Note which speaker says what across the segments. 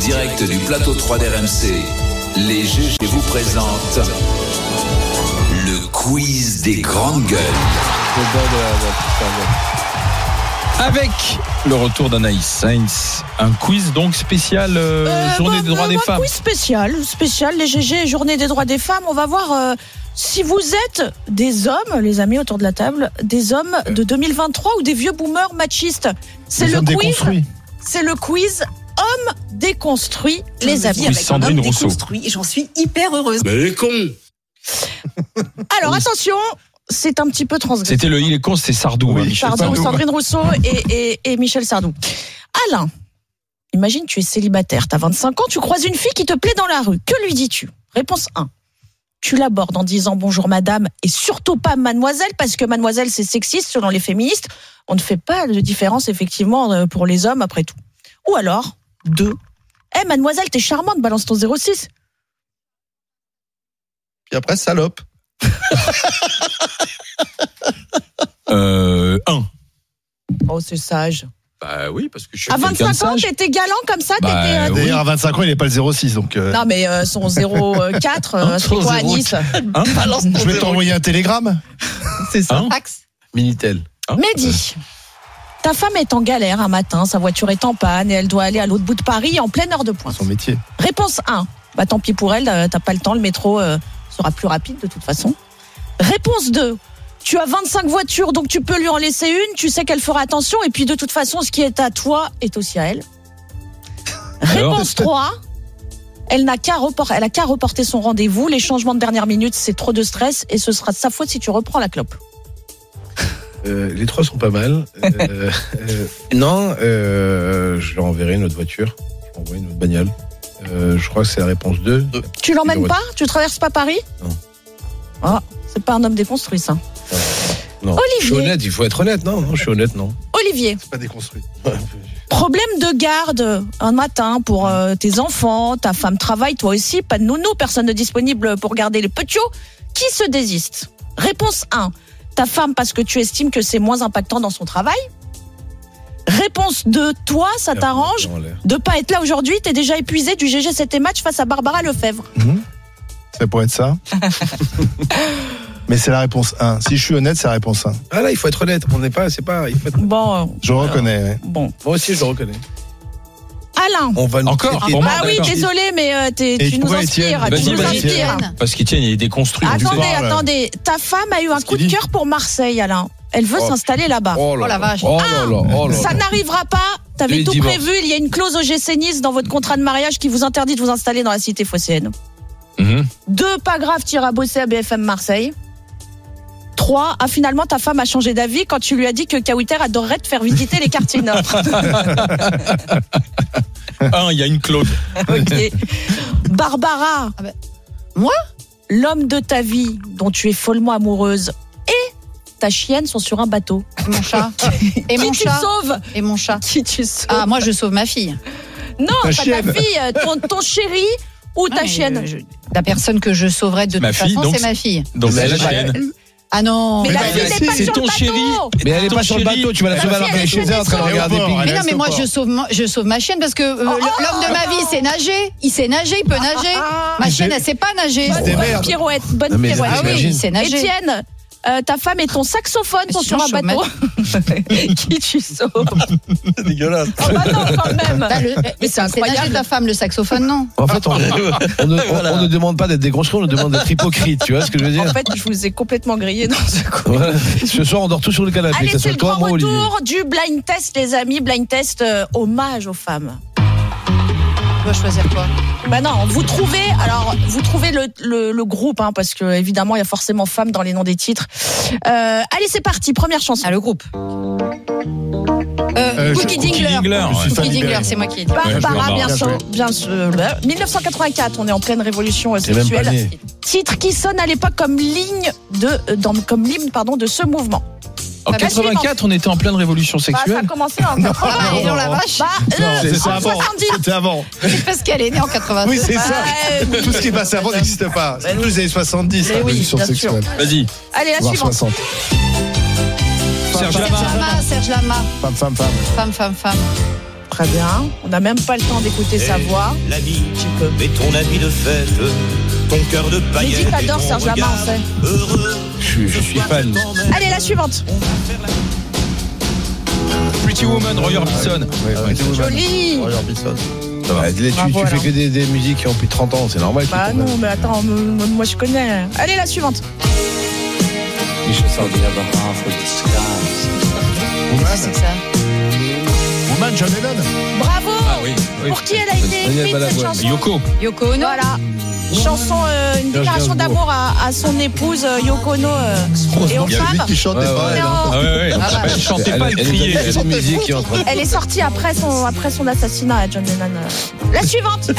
Speaker 1: direct du plateau 3 d'RMC, les GG vous présentent le quiz des grandes gueules.
Speaker 2: Avec le retour d'Anaïs Sainz, un quiz donc spécial euh,
Speaker 3: Euh,
Speaker 2: journée
Speaker 3: bah,
Speaker 2: des droits
Speaker 3: bah,
Speaker 2: des
Speaker 3: bah,
Speaker 2: femmes.
Speaker 3: Oui, spécial, spécial, les GG, journée des droits des femmes. On va voir euh, si vous êtes des hommes, les amis autour de la table, des hommes de 2023 ou des vieux boomers machistes. C'est le quiz. C'est le quiz homme déconstruit, les amis.
Speaker 2: avec Sandrine
Speaker 4: un homme
Speaker 2: Rousseau.
Speaker 4: déconstruit, J'en suis hyper heureuse.
Speaker 5: Mais les cons
Speaker 3: Alors attention, c'est un petit peu transgressif.
Speaker 2: C'était le il est con, c'était Sardou. hein, Michel
Speaker 3: Pardon,
Speaker 2: Sardou.
Speaker 3: Sandrine Rousseau et, et- et Michel Sardou. Alain, imagine tu es célibataire, t'as 25 ans, tu croises une fille qui te plaît dans la rue. Que lui dis-tu Réponse 1. Tu l'abordes en disant bonjour madame et surtout pas mademoiselle parce que mademoiselle c'est sexiste selon les féministes. On ne fait pas de différence effectivement euh, pour les hommes après tout. Ou alors, 2. Eh mademoiselle, t'es charmante, balance ton 06.
Speaker 6: Puis après, salope.
Speaker 2: Euh, un.
Speaker 3: Oh, c'est sage.
Speaker 2: Bah oui, parce que je suis
Speaker 3: À
Speaker 2: quelqu'un de
Speaker 3: 25 ans,
Speaker 2: sage.
Speaker 3: t'étais galant comme ça,
Speaker 2: Bah,
Speaker 3: t'étais. euh,
Speaker 2: oui.
Speaker 6: D'ailleurs, à 25 ans, il n'est pas le 06, donc euh,
Speaker 3: Non, mais euh, son 04, euh, c'est
Speaker 2: Son
Speaker 3: quoi à
Speaker 2: 04.
Speaker 3: Nice
Speaker 6: je vais t'envoyer un télégramme.
Speaker 4: C'est
Speaker 2: Ah, ça. Hein
Speaker 4: Axe.
Speaker 6: Minitel.
Speaker 2: Hein
Speaker 3: Mehdi, ta femme est en galère un matin, sa voiture est en panne et elle doit aller à l'autre bout de Paris en pleine heure de pointe.
Speaker 6: Son métier.
Speaker 3: Réponse 1. Bah tant pis pour elle, euh, t'as pas le temps, le métro euh, sera plus rapide de toute façon. Réponse 2. Tu as 25 voitures, donc tu peux lui en laisser une, tu sais qu'elle fera attention, et puis de toute façon, ce qui est à toi est aussi à elle.
Speaker 2: Alors
Speaker 3: Réponse 3. Elle n'a qu'à repor- elle a qu'à reporter son rendez-vous, les changements de dernière minute, c'est trop de stress, et ce sera de sa faute si tu reprends la clope.
Speaker 7: Euh, les trois sont pas mal. Euh, euh, non, euh, je leur enverrai une autre voiture. Je leur enverrai une autre bagnole. Euh, je crois que c'est la réponse 2.
Speaker 3: Tu l'emmènes
Speaker 7: Ouais.
Speaker 3: pas Tu traverses pas Paris
Speaker 7: Non.
Speaker 3: Ah, c'est pas un homme déconstruit, ça.
Speaker 7: Non. Je suis
Speaker 3: Olivier,
Speaker 7: honnête, il faut être honnête. Non, non, je suis honnête, non.
Speaker 3: Olivier,
Speaker 6: C'est pas déconstruit.
Speaker 3: problème de garde un matin pour euh, tes enfants, ta femme travaille, toi aussi, pas de nounou, personne de disponible pour garder les petits. Qui se désiste Réponse 1, ta femme parce que tu estimes que c'est moins impactant dans son travail. Réponse 2, toi, ça t'arrange
Speaker 7: Non, l'air.
Speaker 3: de pas être là aujourd'hui, t'es déjà épuisé du GGCT match face à Barbara Lefebvre.
Speaker 6: Ça pourrait être ça. Mais c'est la réponse 1. Si je suis honnête, c'est la réponse 1.
Speaker 7: Ah là, il faut être honnête. On n'est pas, c'est pas. il faut être- Ah.
Speaker 3: Bon, euh,
Speaker 6: Je reconnais. ouais.
Speaker 3: bon.
Speaker 7: Moi aussi, je le reconnais.
Speaker 3: Alain
Speaker 7: On va nous
Speaker 2: Encore
Speaker 7: traiter-
Speaker 2: Pour moi,
Speaker 3: Ah oui,
Speaker 2: d'accord.
Speaker 3: désolé, mais euh, t'es-
Speaker 6: Et
Speaker 3: tu nous
Speaker 6: pourquoi
Speaker 3: inspires.
Speaker 6: Étienne
Speaker 3: Ah, Tu
Speaker 2: Vas-y,
Speaker 3: nous
Speaker 2: vas-y.
Speaker 3: inspires.
Speaker 2: hein. Parce qu'il tient, il est déconstruit. on
Speaker 3: Ah, Attendez,
Speaker 2: dit pas.
Speaker 6: parle.
Speaker 3: attendez. Ta femme a eu un
Speaker 6: ce
Speaker 3: coup de
Speaker 6: qu'il dit.
Speaker 3: cœur pour Marseille, Alain. Elle veut
Speaker 7: Oh.
Speaker 3: s'installer là-bas.
Speaker 7: Oh
Speaker 4: Oh la
Speaker 7: là là.
Speaker 4: vache.
Speaker 7: Oh là là. Oh là
Speaker 3: Ça
Speaker 7: là.
Speaker 3: n'arrivera pas.
Speaker 2: Les
Speaker 3: T'avais tout
Speaker 2: divorces.
Speaker 3: prévu. Il y a une clause au GC Nice dans votre contrat de mariage qui vous interdit de vous installer dans la cité phocéenne.
Speaker 2: Mhm.
Speaker 3: Deux, pas grave, t'iras bosser à BFM Marseille. Trois, ah, finalement, ta femme a changé d'avis quand tu lui as dit que Kawiter adorerait te faire visiter les quartiers nord.
Speaker 2: Un, il y a une clause.
Speaker 3: Ok. Barbara.
Speaker 4: Ah ben,
Speaker 3: moi bah. L'homme de ta vie dont tu es follement amoureuse et ta chienne sont sur un bateau.
Speaker 4: Mon chat. Et
Speaker 3: qui
Speaker 4: mon
Speaker 3: tu
Speaker 4: chat.
Speaker 3: sauves
Speaker 4: Et mon chat.
Speaker 3: Qui tu sauves
Speaker 4: Ah, moi, je sauve ma fille.
Speaker 3: Non, pas ta
Speaker 6: chienne.
Speaker 3: fille, euh, ton, ton chéri ou ta
Speaker 4: Ah, mais,
Speaker 3: chienne.
Speaker 4: euh, je- La personne que je sauverais de
Speaker 2: Ma
Speaker 4: toute
Speaker 2: fille,
Speaker 4: façon,
Speaker 2: donc,
Speaker 4: c'est ma fille.
Speaker 2: Donc
Speaker 7: Mais
Speaker 2: c'est la
Speaker 7: elle-
Speaker 2: chienne.
Speaker 4: Ah non.
Speaker 3: Mais
Speaker 4: Mais,
Speaker 3: la
Speaker 6: bah,
Speaker 3: fille n'est
Speaker 6: c'est-
Speaker 3: pas
Speaker 6: c'est
Speaker 3: sur
Speaker 2: ton
Speaker 3: le bateau.
Speaker 2: chéri.
Speaker 7: Mais elle est
Speaker 2: Ton
Speaker 7: pas sur le
Speaker 2: chéri-
Speaker 7: bateau. Tu vas la
Speaker 3: Ma
Speaker 7: sauver à
Speaker 3: fille, Ah, elle
Speaker 7: la
Speaker 3: est
Speaker 7: chez
Speaker 3: chez
Speaker 7: elle en train de
Speaker 3: Nestlé.
Speaker 7: regarder
Speaker 6: Au bord,
Speaker 7: Piggy.
Speaker 6: elle
Speaker 4: non, mais moi,
Speaker 6: reste au
Speaker 4: je sauve, ma- je sauve ma chienne parce que
Speaker 3: Oh,
Speaker 4: euh, le- l'homme de ma vie, c'est nager. Il sait nager, il peut
Speaker 3: Ah,
Speaker 4: nager. Ma
Speaker 6: Il
Speaker 4: chienne,
Speaker 6: sait-
Speaker 4: elle sait pas nager.
Speaker 6: Il se démerde.
Speaker 3: Pirouette, bonne
Speaker 7: Non, mais
Speaker 3: pirouette.
Speaker 4: Ah oui,
Speaker 7: J'imagine.
Speaker 4: il sait nager.
Speaker 3: Étienne, euh, ta femme et ton saxophone
Speaker 4: Mais
Speaker 3: sont
Speaker 4: sinon,
Speaker 3: sur un
Speaker 4: je suis
Speaker 3: bateau. Qui tu sauves Oh
Speaker 6: C'est dégueulasse.
Speaker 3: bah non, quand même.
Speaker 4: T'as le-
Speaker 3: Mais c'est
Speaker 4: C'est nager
Speaker 3: incroyable.
Speaker 4: ta femme, le saxophone, non
Speaker 7: En fait, on, on ne, on- on ne demande pas d'être déconstruit, on nous demande d'être hypocrite. Tu vois ce que je veux
Speaker 3: En
Speaker 7: dire
Speaker 3: fait, je vous ai complètement grillé dans ce coup.
Speaker 7: Voilà. Ce soir, on dort tous sur le canapé.
Speaker 3: Allez,
Speaker 7: que ce
Speaker 3: c'est
Speaker 7: soit
Speaker 3: le
Speaker 7: toi,
Speaker 3: grand
Speaker 7: moi, Olivier.
Speaker 3: retour du blind test, les amis. Blind test, euh, hommage aux femmes.
Speaker 4: Tu dois choisir quoi
Speaker 3: Bah non, vous trouvez alors vous trouvez le, le, le groupe hein, parce que évidemment il y a forcément femmes dans les noms des titres. Euh, allez c'est parti première chanson.
Speaker 4: Ah, le groupe.
Speaker 6: Euh,
Speaker 4: Euh, Cookie
Speaker 2: Cookie
Speaker 4: Dingler.
Speaker 2: Dingler,
Speaker 6: Je suis
Speaker 2: ouais.
Speaker 6: fan
Speaker 4: Cookie
Speaker 6: libéré.
Speaker 4: Dingler, c'est moi qui ai dit.
Speaker 2: joué,
Speaker 3: Barbara
Speaker 2: Barbara.
Speaker 3: bien
Speaker 6: Bien
Speaker 3: sûr,
Speaker 6: joué.
Speaker 3: bien sûr. Euh, 1984, on est en pleine révolution euh,
Speaker 7: C'est même pas
Speaker 3: sexuelle.
Speaker 7: né.
Speaker 3: Titre qui sonne à l'époque comme ligne de euh, dans, comme l'hymne pardon de ce mouvement.
Speaker 2: En
Speaker 4: Bah,
Speaker 2: 84, on était en pleine révolution
Speaker 3: Bah, ça a
Speaker 2: sexuelle.
Speaker 3: commencé en 80.
Speaker 4: Ah, et
Speaker 6: non,
Speaker 4: dans la
Speaker 6: non.
Speaker 4: vache,
Speaker 3: Bah, euh,
Speaker 6: Non, c'est- c'est
Speaker 3: en
Speaker 6: avant.
Speaker 3: 70.
Speaker 6: C'était avant.
Speaker 4: c'est parce qu'elle est née en 82.
Speaker 6: Oui, c'est ça.
Speaker 3: bah, Ah, Ouais, mais-
Speaker 6: Tout ce qui est passé avant n'existe pas. C'est tous les années
Speaker 3: Mais
Speaker 6: 70. la
Speaker 7: hein,
Speaker 3: oui,
Speaker 6: révolution
Speaker 3: bien sûr.
Speaker 6: sexuelle.
Speaker 2: Vas-y.
Speaker 3: Allez la
Speaker 6: Voire
Speaker 3: suivante.
Speaker 6: 60.
Speaker 2: Serge
Speaker 4: Serge
Speaker 2: Lama.
Speaker 4: Lama, Serge Lama,
Speaker 6: Femme, femme, femme.
Speaker 4: femme, femme, femme.
Speaker 3: Très bien. On n'a même pas le temps d'écouter sa
Speaker 5: Eh,
Speaker 3: voix.
Speaker 5: La vie
Speaker 3: Tu peux.
Speaker 5: et ton habit de fête, ton cœur de
Speaker 3: Mais dis
Speaker 5: paillettes.
Speaker 3: que
Speaker 5: et
Speaker 3: t'adores
Speaker 5: ton
Speaker 3: Serge Lama,
Speaker 5: regard
Speaker 3: en fait.
Speaker 5: Heureux,
Speaker 2: Je, je suis fan.
Speaker 3: Allez, la suivante.
Speaker 2: Pretty Woman, Roy Orbison. Ah,
Speaker 7: Ouais, ouais, c'est vrai.
Speaker 3: Jolie.
Speaker 6: Oh,
Speaker 7: Roy Orbison. Ça va. Tu,
Speaker 3: Bravo,
Speaker 7: tu fais
Speaker 3: alors.
Speaker 7: que des, des musiques qui ont plus de 30 ans, c'est normal. tu
Speaker 3: Bah
Speaker 7: tombes.
Speaker 3: non, mais attends, m- m- moi je connais. Allez, la suivante.
Speaker 7: Ah,
Speaker 4: C'est ça.
Speaker 6: Woman, John Lennon.
Speaker 3: Bravo.
Speaker 2: Ah oui, oui.
Speaker 3: Pour qui elle a été
Speaker 7: Daniel
Speaker 3: écrite cette
Speaker 7: Balavoine.
Speaker 3: chanson
Speaker 2: Yoko.
Speaker 4: Yoko Ono.
Speaker 3: Voilà. Chanson, euh, une
Speaker 7: Serge
Speaker 3: déclaration
Speaker 7: Gainsbourg.
Speaker 3: d'amour à, à son épouse euh, Yoko Ono euh, et aux
Speaker 6: Il y a
Speaker 3: femmes.
Speaker 6: lui qui chante
Speaker 7: Ouais,
Speaker 6: des
Speaker 7: ouais,
Speaker 6: paroles.
Speaker 7: ouais.
Speaker 3: Non.
Speaker 2: Ah ouais, ouais.
Speaker 4: bah.
Speaker 2: Elle chantait pas, elle
Speaker 7: Elle nous a
Speaker 2: criait.
Speaker 7: fait des musiques qui ont entre-
Speaker 3: Elle est sortie après son, après son assassinat à John Lennon. euh. La suivante.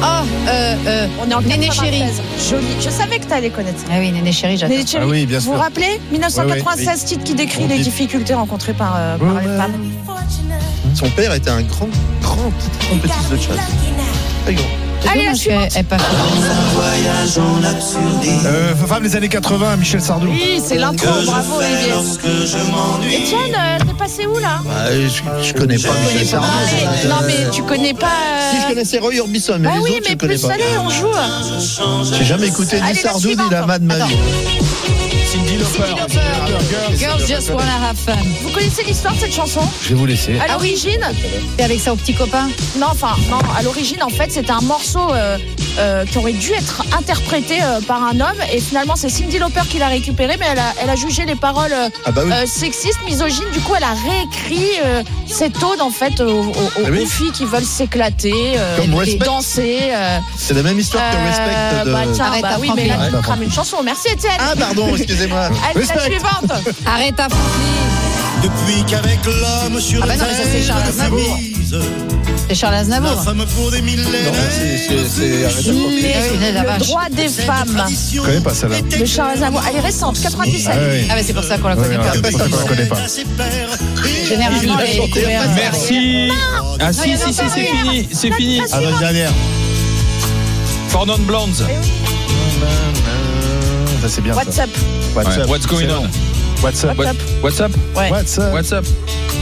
Speaker 4: Oh, euh, euh.
Speaker 3: On est en
Speaker 4: Néné Chéri.
Speaker 3: 96. Jolie. Je savais que t'allais connaître ça.
Speaker 4: Ah oui, Néné Chéri, j'adore.
Speaker 3: Néné Chéri.
Speaker 6: Ah oui, bien
Speaker 3: Vous vous
Speaker 6: sûr.
Speaker 3: rappelez 1996, titre qui décrit les
Speaker 6: dit-
Speaker 3: difficultés rencontrées par, euh, par les femmes.
Speaker 8: Son père était un grand, grand petit trompettiste de jazz. Très grand.
Speaker 4: Allez,
Speaker 3: Allez, la
Speaker 4: la
Speaker 3: suivante.
Speaker 4: Elle part.
Speaker 5: voyage en absurdité.
Speaker 6: Euh, femme des années 80, Michel Sardou.
Speaker 3: Oui, c'est l'intro,
Speaker 5: Que je
Speaker 3: bravo
Speaker 5: fais
Speaker 3: Olivier.
Speaker 5: lorsque je m'ennuie.
Speaker 3: Etienne, euh, t'es passé où là
Speaker 8: Bah, je, je connais pas Michel Sardou.
Speaker 3: Ah, mais-
Speaker 8: Euh,
Speaker 3: Non mais tu connais pas. euh,
Speaker 8: Si je connaissais Roy Orbison, mais
Speaker 3: Bah
Speaker 8: les
Speaker 3: oui,
Speaker 8: autres, je
Speaker 3: mais
Speaker 8: ne connais
Speaker 3: plus
Speaker 8: pas.
Speaker 3: allez, on joue.
Speaker 8: J'ai jamais écouté
Speaker 3: Allez,
Speaker 8: ni
Speaker 3: la
Speaker 8: Sardou ni
Speaker 3: suivante.
Speaker 8: la Mad Mad.
Speaker 2: Cindy Lauper.
Speaker 4: Girls just wanna have fun.
Speaker 3: Vous connaissez l'histoire de cette chanson
Speaker 7: Je vais vous laisser.
Speaker 2: Ah
Speaker 3: À l'origine,
Speaker 4: T'es avec ça au petit copain
Speaker 3: non, enfin, non, à l'origine, en fait, c'était un morceau euh, euh, qui aurait dû être interprété euh, par un homme, et finalement, c'est Cindy Lauper qui l'a récupéré, mais elle a, elle a jugé les paroles euh,
Speaker 8: Ah bah oui.
Speaker 3: euh, sexistes, misogynes. Du coup, elle a réécrit euh, cette ode, en fait, aux, aux- aux
Speaker 8: Ah oui.
Speaker 3: filles qui veulent s'éclater, euh,
Speaker 8: Comme Respect.
Speaker 3: danser. euh,
Speaker 8: C'est la même histoire que
Speaker 3: euh,
Speaker 8: Respect de.
Speaker 3: bah, tiens,
Speaker 4: Arrête
Speaker 3: bah
Speaker 4: ta
Speaker 3: oui, mais là,
Speaker 4: Franklin.
Speaker 3: tu crames une chanson. Merci, Étienne.
Speaker 5: Hein
Speaker 8: Ah pardon, excusez-moi.
Speaker 3: Allez, la suivante.
Speaker 4: Arrête ta
Speaker 5: Depuis qu'avec l'homme sur
Speaker 4: Ah bah non,
Speaker 5: la
Speaker 4: mais ça, c'est Charles Aznavour. C'est Charles
Speaker 5: La
Speaker 4: Aznavour.
Speaker 5: femme pour des millénaires.
Speaker 7: Non, c'est- c'est- c'est- arrête de
Speaker 4: Oui,
Speaker 7: chanter.
Speaker 4: punaise, la
Speaker 3: Le
Speaker 4: vache.
Speaker 3: droit des femmes
Speaker 5: Je
Speaker 6: connais pas celle-là.
Speaker 3: de Charles Aznavour. Elle est récente, 97.
Speaker 4: Ah bah c'est pour ça qu'on la
Speaker 6: Ouais,
Speaker 4: connaît pas.
Speaker 6: ouais, ça, je connais pas.
Speaker 4: Généralement, les couverts.
Speaker 2: Merci. Ah si, si, si, c'est fini. C'est fini.
Speaker 6: Ah, la dernière.
Speaker 2: Fornon Blondes.
Speaker 6: Ça, c'est bien. ça.
Speaker 3: What's up
Speaker 6: What's
Speaker 2: Ouais,
Speaker 6: up.
Speaker 2: What's going on?
Speaker 6: What's up.
Speaker 2: What- What's up?
Speaker 6: What's up.
Speaker 2: What's up?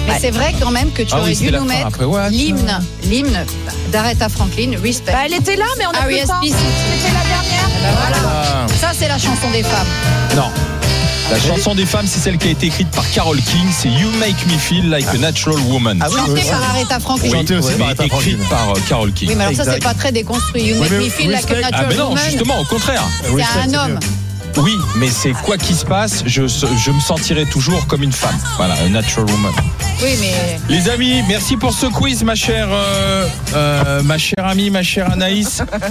Speaker 4: Mais c'est vrai quand même que tu
Speaker 2: Ah
Speaker 4: aurais
Speaker 2: oui,
Speaker 4: dû
Speaker 2: c'était la
Speaker 4: nous
Speaker 2: fin.
Speaker 4: mettre
Speaker 2: Après, what?
Speaker 4: l'hymne, l'hymne d'Aretha Franklin, Respect.
Speaker 3: Bah, elle était là,
Speaker 4: Ah
Speaker 3: mais on a plus le temps.
Speaker 4: R.E.S.P..
Speaker 3: C'était la dernière.
Speaker 4: Ah bah voilà.
Speaker 6: Ah,
Speaker 4: Ça c'est la chanson des femmes.
Speaker 2: Non. La chanson des femmes, c'est celle qui a été écrite par Carole King. C'est You Make Me Feel Like a Natural Woman.
Speaker 8: Ah oui,
Speaker 4: Chantée
Speaker 8: oui.
Speaker 4: par Aretha Franklin.
Speaker 6: Chantée aussi
Speaker 2: mais
Speaker 6: par Aretha
Speaker 2: écrite
Speaker 6: Franklin.
Speaker 2: par euh, Carole King.
Speaker 4: Oui, mais alors ça c'est
Speaker 8: Exact.
Speaker 4: pas très déconstruit. You make
Speaker 6: mais
Speaker 4: me feel like a
Speaker 6: respect-
Speaker 2: Ah
Speaker 4: natural
Speaker 2: mais non,
Speaker 4: woman.
Speaker 2: justement, au contraire.
Speaker 4: C'est
Speaker 6: Respect,
Speaker 4: un
Speaker 6: c'est
Speaker 4: homme.
Speaker 6: mieux.
Speaker 2: Oui, mais c'est quoi qu'il se passe, je, je me sentirai toujours comme une femme. Voilà, a natural woman.
Speaker 4: Oui, mais
Speaker 2: Les amis, merci pour ce quiz, ma chère, euh, euh, ma chère amie, ma chère Anaïs.